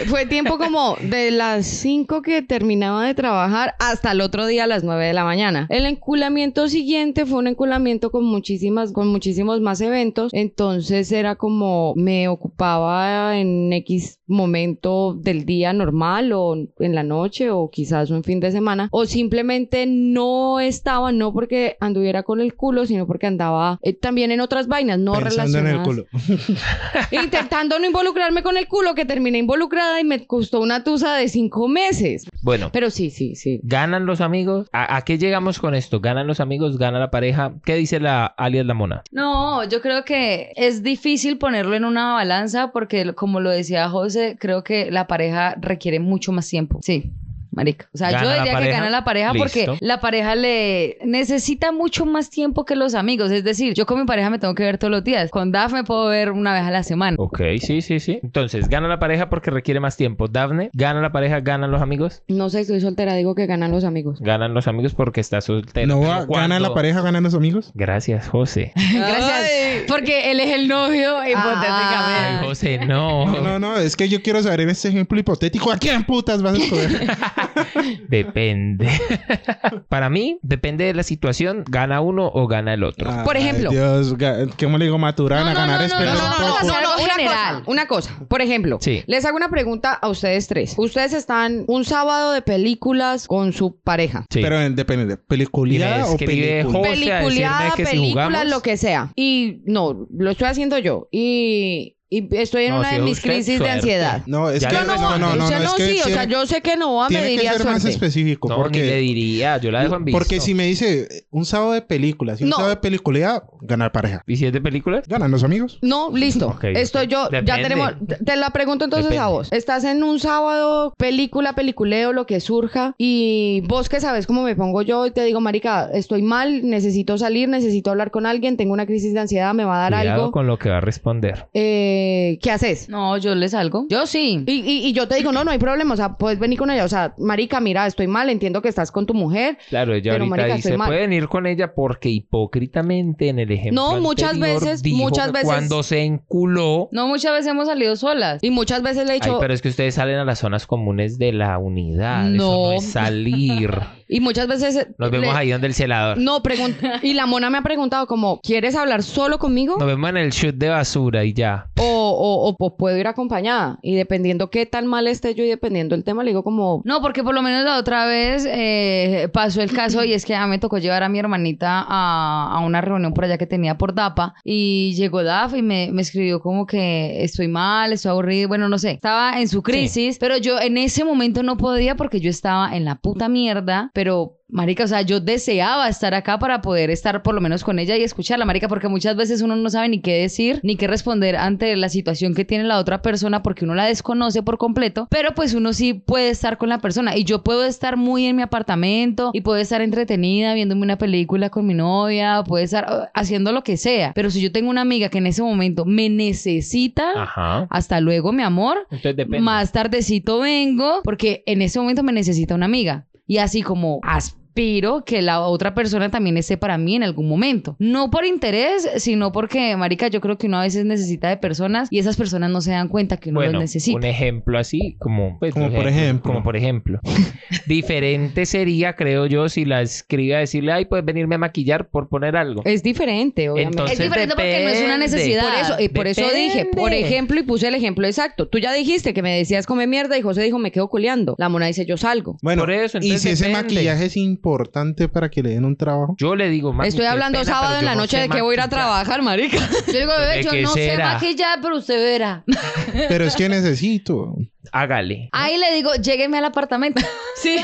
Fue tiempo como de las 5 que terminaba de trabajar hasta el otro día a las 9 de la mañana. El enculamiento siguiente fue un enculamiento con muchísimas con muchísimos más eventos, entonces era como me ocupaba en X momento del día normal o en la noche o quizás un fin de semana o simplemente no estaba no porque anduviera con el culo, sino porque andaba eh, también en otras vainas no Pensando en relacionadas el culo. E intentando no involucrarme con el culo, que terminé involucrada y me costó una tusa de cinco meses. Bueno. Pero sí, sí, sí. ¿Ganan los amigos? ¿A, a qué llegamos con esto? ¿Ganan los amigos? ¿Gana la pareja? ¿Qué dice la alias la mona? No, yo creo que es difícil ponerlo en una balanza porque, como lo decía José, creo que la pareja requiere mucho más tiempo. Sí. Marica. O sea, Gana yo la diría que pareja, gana la pareja listo. porque la pareja le necesita mucho más tiempo que los amigos. Es decir, yo con mi pareja me tengo que ver todos los días. Con Daf me puedo ver una vez a la semana. Ok, sí, sí, sí. Entonces, ¿gana la pareja porque requiere más tiempo? ¿Dafne? ¿Gana la pareja? ¿Ganan los amigos? No sé, estoy soltera, digo que ganan los amigos. Ganan los amigos porque está soltero. No Pero va, gana cuando- la pareja, ganan los amigos. Gracias, José. Gracias. Porque él es el novio, Ay, Ah. hipotéticamente. José, no. No, no, no, es que yo quiero saber en este ejemplo hipotético a quién putas vas a escoger. Depende. Para mí, depende de la situación, gana uno o gana el otro. Ay, Por ejemplo. Dios, ga- ¿cómo le digo maturana? No, no, ganar no, es no, perder no, no, poco. no, no, no. algo una general. cosa, una cosa. Por ejemplo, Sí. les hago una pregunta a ustedes tres. Ustedes están un sábado de películas con su pareja. Sí. Pero eh, depende, ¿de Y me ¿peliculía o película? escribe Jorge. O sea, decirme Peliculeada, que si película, jugamos- lo que sea. Y no, lo estoy haciendo yo. Y, y estoy en No, una si de es mis usted, crisis suerte. de ansiedad. No, es Ya que le Yo no, no, no, no, o sea, no, no, es que sí, o sea, tiene- yo sé que no, me tiene que diría ser más suerte. específico No, ni le porque diría. Yo la dejo en visto. porque si me dice eh, un sábado de películas y un No. sábado de peliculía, ganar pareja. ¿Y si es de películas? Ganan los amigos. No, listo. Ok, Estoy ok. yo, ya Depende. tenemos. te- Te la pregunto entonces a Depende. vos. Estás en un sábado, película, peliculeo, lo que surja, y vos que sabes cómo me pongo yo, y te digo, Marica, estoy mal, necesito salir, necesito hablar con alguien, tengo una crisis de ansiedad, me va a dar Cuidado algo. con lo que va a responder. Eh, eh, ¿qué haces? No, yo le salgo. Yo sí. Y, y- y yo te digo, no, no hay problema, o sea, puedes venir con ella, o sea, marica, mira, estoy mal, entiendo que estás con tu mujer. Claro, ella Pero, ahorita marica, dice, estoy mal. pueden ir con ella porque hipócritamente en el ejemplo No, muchas anterior veces, dijo muchas que veces- cuando se enculó... No, muchas veces hemos salido solas. Y muchas veces le he Ay, dicho, pero es que ustedes salen a las zonas comunes de la unidad. No. Eso No. no es salir. y muchas veces... Nos vemos le- ahí donde el celador. No, pregun- y la mona me ha preguntado como, ¿quieres hablar solo conmigo? Nos vemos en el shoot de basura y ya. O, o- o- o puedo ir acompañada. Y dependiendo qué tan mal esté yo y dependiendo el tema, le digo como, No, porque por lo menos la otra vez eh, pasó el caso y es que a mí me tocó llevar a mi hermanita a, a una reunión por allá que tenía por DAPA y llegó DAF y me, me escribió como que estoy mal, estoy aburrido, bueno, no sé, estaba en su crisis, pero yo en ese momento no podía porque yo estaba en la puta mierda, pero... Marica, o sea, yo deseaba estar acá para poder estar por lo menos con ella y escucharla, Marica, porque muchas veces uno no sabe ni qué decir ni qué responder ante la situación que tiene la otra persona porque uno la desconoce por completo, pero pues uno sí puede estar con la persona y yo puedo estar muy en mi apartamento y puedo estar entretenida viéndome una película con mi novia, puedo estar eh, haciendo lo que sea, pero si yo tengo una amiga que en ese momento me necesita, Ajá. hasta luego, mi amor, Entonces depende. más tardecito vengo porque en ese momento me necesita una amiga. Y así como aspiro que la otra persona también esté para mí en algún momento. No por interés, sino porque, marica, yo creo que uno a veces necesita de personas y esas personas no se dan cuenta que uno Bueno, los necesita. un ejemplo así, como, pues, Como no por ejemplo. Como por ejemplo. Diferente sería, creo yo, si la escriba a decirle, ay, puedes venirme a maquillar por poner algo. es diferente, obviamente. Entonces, Es diferente porque no es una depende. necesidad. Por eso, y por eso dije, por Depende. ejemplo, y puse el ejemplo exacto. Tú ya dijiste que me decías come mierda y José dijo me quedo culeando. La mona dice yo salgo. Bueno, Por eso, y entonces si ese depende. maquillaje es importante para que le den un trabajo. Yo le digo, mami, Estoy qué hablando pena, sábado pero en yo la no noche sé de que voy a ir a maquillar". trabajar, marica. Yo digo, ¿De "Bebé, yo qué no sé será? maquillar, pero usted verá. Pero es que necesito. Hágale. Ahí le digo, llégueme al apartamento. sí.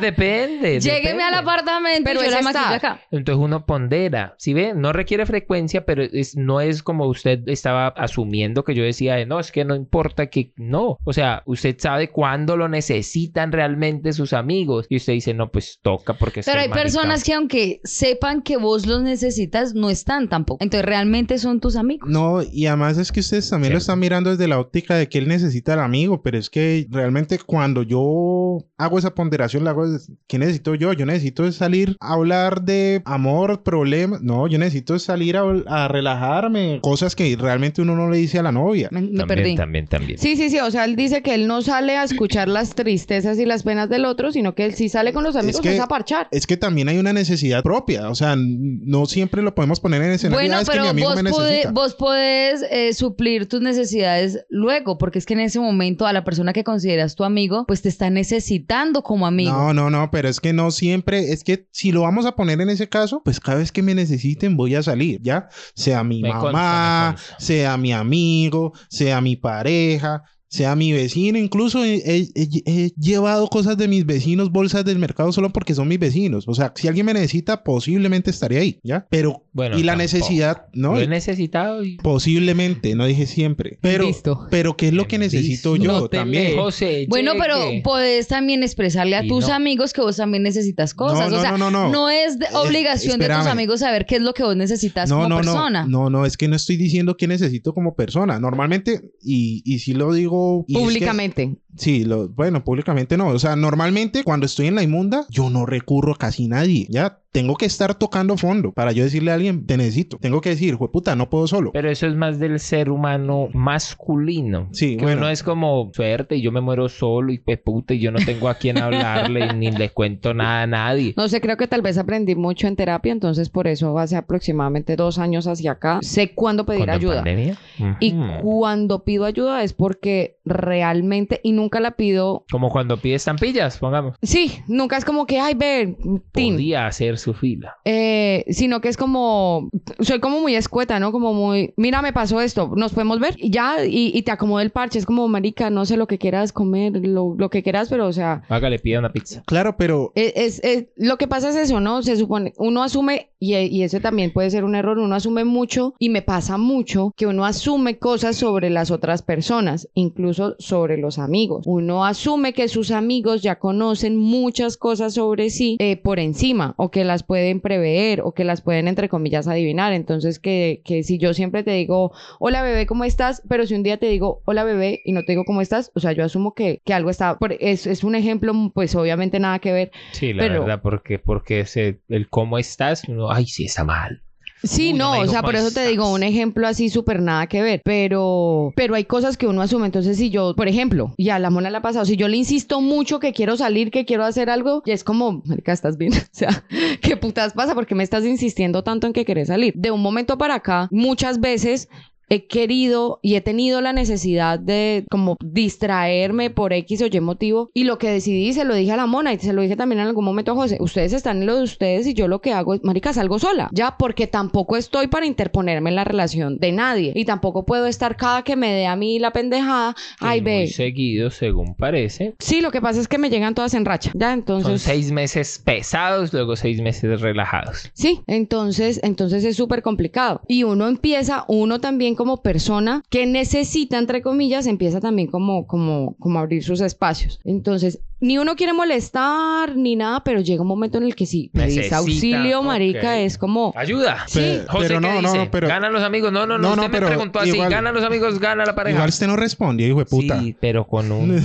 depende. Llégueme al Eh, depende. apartamento, Pero pero yo ese la está. maquillo acá. Entonces uno pondera, ¿sí ve? No requiere frecuencia, pero es, no es como usted estaba asumiendo que yo decía, no, es que no importa que no. O sea, usted sabe cuándo lo necesitan realmente sus amigos. Y usted dice, no, pues toca porque Pero estoy hay marica". personas que aunque sepan que vos los necesitas, no están tampoco. Entonces realmente son tus amigos. No, y además es que ustedes también lo Cierto. están mirando desde la óptica de que él necesita al amigo, pero es que realmente cuando yo hago esa ponderación, la hago, es, ¿qué necesito yo? Yo necesito es salir a hablar de amor, problemas. No, yo necesito es salir a, a relajarme, cosas que realmente uno no le dice a la novia. Me, me También, perdí. también, también. Sí, sí, sí. O sea, él dice que él no sale a escuchar las tristezas y las penas del otro, sino que él sí sale con los amigos que- es a parchar. Es que también hay una necesidad propia, o sea, n- no siempre lo podemos poner en escenario. Bueno, "Ah, es que mi pero amigo vos, me podés, necesita. vos podés eh, suplir tus necesidades luego, porque es que en ese momento a la persona que consideras tu amigo, pues te está necesitando como amigo. No, no, no, pero es que no siempre, es que si lo vamos a poner en ese caso, pues cada vez que me necesiten voy a salir, ¿ya? Sea mi Me consta, me mamá, consta. sea mi amigo, sea mi pareja, sea mi vecino, incluso he, he- he- he llevado cosas de mis vecinos, bolsas del mercado solo porque son mis vecinos, o sea, si alguien me necesita, posiblemente estaré ahí, ¿ya? Pero, Bueno, y la tampoco. necesidad, ¿no? Lo he necesitado y... Posiblemente, no dije siempre, pero, Visto. pero ¿qué es lo que necesito yo No te también? leo, José, Bueno, llegue. pero podés también expresarle a Y tus no. amigos que vos también necesitas cosas. no, o sea, no, no, no. es de- Eh, obligación de tus espérame. amigos saber qué es lo que vos necesitas como no, persona. No, no, no, es que no estoy diciendo que necesito como persona. Normalmente, y, y si lo digo... y es que- Públicamente. sí, lo, bueno, públicamente no. O sea, normalmente cuando estoy en la inmunda, yo no recurro a casi nadie. Ya, tengo que estar tocando fondo para yo decirle a alguien, te necesito. Tengo que decir, puta, no puedo solo. Pero eso es más del ser humano masculino. Sí, que bueno. uno es como suerte y yo me muero solo y pues puta y yo no tengo a quién hablarle y ni le cuento nada a nadie. No sé, creo que tal vez aprendí mucho en terapia, entonces por eso hace aproximadamente dos años hacia acá sé cuándo pedir Cuando en ayuda. pandemia. Mm. Y Ujú. cuando pido ayuda es porque realmente, y nunca la pido. Como cuando pide estampillas, pongamos. Sí, nunca es como que, ay, ver, Tim. Podía hacer su fila. Eh, sino que es como, soy como muy escueta, ¿no? Como muy, mira, me pasó esto, nos podemos ver Y ya y, y te acomodo el parche. Es como, marica, no sé lo que quieras comer, lo, lo que quieras, pero o sea, Hágale, pida una pizza. Eh, Claro, pero... es, es- es- lo que pasa es eso, ¿no? Se supone, uno asume y, e- y ese también puede ser un error, uno asume mucho y me pasa mucho que uno asume cosas sobre las otras personas, incluso sobre los amigos. Uno asume que sus amigos ya conocen muchas cosas sobre sí eh, por encima o que las pueden prever o que las pueden entre comillas adivinar. Entonces que, que si yo siempre te digo, hola bebé, ¿cómo estás? Pero si un día te digo, hola bebé y no te digo cómo estás, o sea, yo asumo que, que algo está, por- es, es un ejemplo pues obviamente nada que ver. Sí, la Pero- verdad, porque, porque ese- el cómo estás, uno, ay, sí, está mal. Sí, Uy, no no, me o dijo sea, por eso te cosas. digo un ejemplo así súper nada que ver, pero, pero hay cosas que uno asume. Entonces, si yo, por ejemplo, y a la mona la ha pasado, si yo le insisto mucho que quiero salir, que quiero hacer algo, y es como, marica, ¿estás bien? O sea, ¿qué putas pasa? porque me estás insistiendo tanto en que querés salir? De un momento para acá, muchas veces he querido y he tenido la necesidad de como distraerme por X o Y motivo y lo que decidí se lo dije a la mona y se lo dije también en algún momento a José, ustedes están en lo de ustedes y yo lo que hago es, marica, salgo sola, ya, porque tampoco estoy para interponerme en la relación de nadie y tampoco puedo estar cada que me dé a mí la pendejada, ay, Y muy ve. seguido, según parece. Sí, lo que pasa es que me llegan todas en racha, ya, entonces... Son seis meses pesados, luego seis meses relajados. Sí, entonces, entonces es súper complicado. Y uno empieza, uno también como persona que necesita, entre comillas, empieza también como, como, como abrir sus espacios. Entonces, ni uno quiere molestar ni nada, pero llega un momento en el que sí, pedís Necesita, auxilio, marica, ok. es como... ¡Ayuda! Sí. Pe- José, pero ¿qué no, no, dice? no, pero ¿Ganan los amigos? No, no, No, no, usted no, pero me preguntó así. igual- ¿Ganan los amigos? ¿Gana la pareja? Igual usted no responde, hijo de puta. Sí, pero con un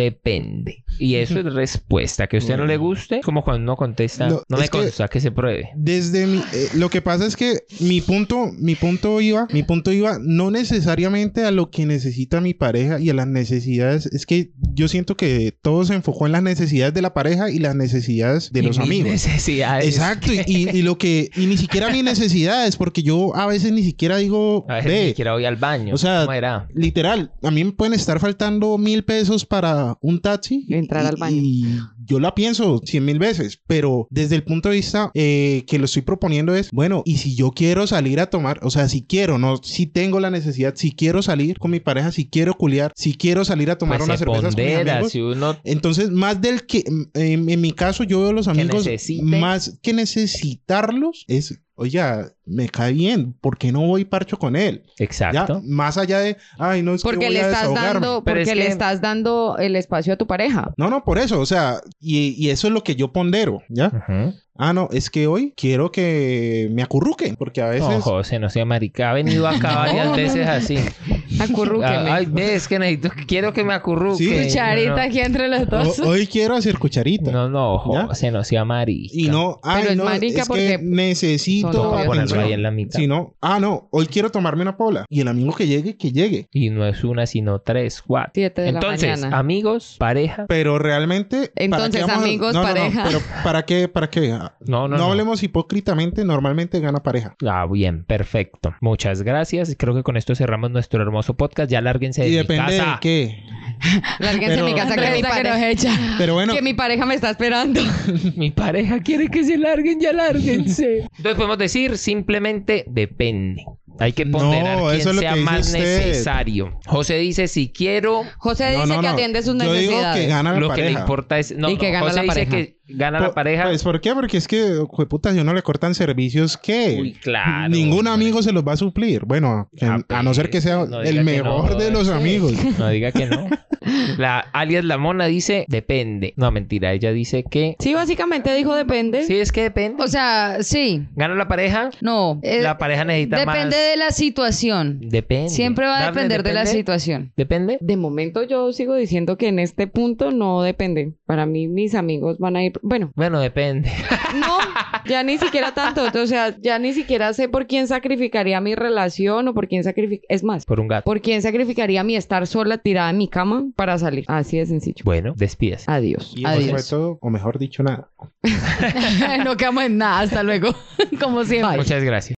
depende. Y eso es respuesta. Que a usted no le guste, como cuando uno contesta, No, no, me es que- consta que... se pruebe. Desde mi, eh, lo que pasa es que mi punto, mi punto iba, mi punto iba no necesariamente a lo que necesita mi pareja y a las necesidades. Es que yo siento que todo se enfocó en las necesidades de la pareja y las necesidades de Y los mis amigos. Necesidades. Exacto, y, y- y lo que, y ni siquiera mis necesidades, porque yo a veces ni siquiera digo, A veces ni ve, siquiera voy al baño. O sea, ¿Cómo era? literal, a mí me pueden estar faltando mil pesos para un taxi. Y entrar y- al baño. Y yo la pienso cien mil veces, pero desde el punto de vista eh, que lo estoy proponiendo es, bueno, y si yo quiero salir a tomar, o sea, si quiero, no, si tengo la necesidad, si quiero salir con mi pareja, si quiero culiar, si quiero salir a tomar Pues unas se cervezas con mis pondera, amigos, si uno entonces, más del que, en, en mi caso, yo veo a los amigos, necesite. más que necesitarlos, es, oiga, me cae bien, ¿por qué no voy y parcho con él? ¿Ya? Exacto. Más allá de, ay, no es que Porque voy le a estás desahogarme". dando, Pero porque es le que- estás dando el espacio a tu pareja. No, no, por eso, o sea, y, y eso es lo que yo pondero, ¿ya? Ujú. Ah, no, es que hoy quiero que me acurruquen, porque a veces... No, José, no sea marica. Ha venido acá varias veces así. Acurrúqueme. Ay, ves que necesito, que quiero que me acurruque. Sí. Cucharita No, aquí entre los dos. "Ho- hoy quiero hacer cucharita. No, no, ¿Ya? José, no sea marica. Y no, ay, Pero es no, marica es porque que necesito... son Toca no, ponerlo atención". ahí en la mitad. Si no, ah, no, hoy quiero tomarme una pola. Y el amigo que llegue, que llegue. Y no es una, sino tres, cuatro. Siete de la Entonces, mañana. amigos, pareja. Pero realmente. ¿para Entonces, qué vamos a- amigos, No, no, no, pareja. pero ¿para qué? ¿Para qué? Ah, No, No, no, no. hablemos hipócritamente, normalmente gana pareja. Ah, bien, perfecto. Muchas gracias. Creo que con esto cerramos nuestro hermoso podcast. Ya lárguense de y mi depende de casa. qué. Lárguense de Pero- mi casa que, mi Andrés, que nos pareja- Pero bueno, que mi pareja me está esperando. Mi pareja quiere que se larguen, ya lárguense. Entonces podemos decir simplemente depende. Hay que No, ponderar quién eso es lo sea que dice más usted. necesario. José dice si quiero, José no, dice no, que no. atiende sus Yo digo necesidades. que gana la lo que pareja. le importa es no, Y que no, gana José la dice pareja. que gana la Po- pareja. Pues, ¿por qué? Porque es que, jueputas, si a uno le cortan servicios, ¿qué? Uy, claro. Ningún hombre. amigo se los va a suplir. Bueno, que- Ah, a no ser que sea pues, no diga el que mejor no, de los sí. amigos. No diga que no. La alias la mona dice depende. No, mentira, ella dice que Sí, básicamente dijo depende. sí es que depende. O sea, sí, gana la pareja, no. eh, la pareja necesita depende más. de la situación. Depende. Siempre va a Darle depender de la depende. situación. Depende. De momento yo sigo diciendo que en este punto no depende. Para mí mis amigos van a ir, bueno, Bueno, depende. no, ya ni siquiera tanto, o sea, ya ni siquiera sé por quién sacrificaría mi relación o por quién sacrific... es más, Por un gato. por quién sacrificaría mi estar sola tirada en mi cama para salir. Así de sencillo. Bueno, despídase. Adiós. Y eso fue Adiós. todo, o mejor dicho, nada. no quedamos en nada. Hasta luego. Como siempre. Muchas gracias.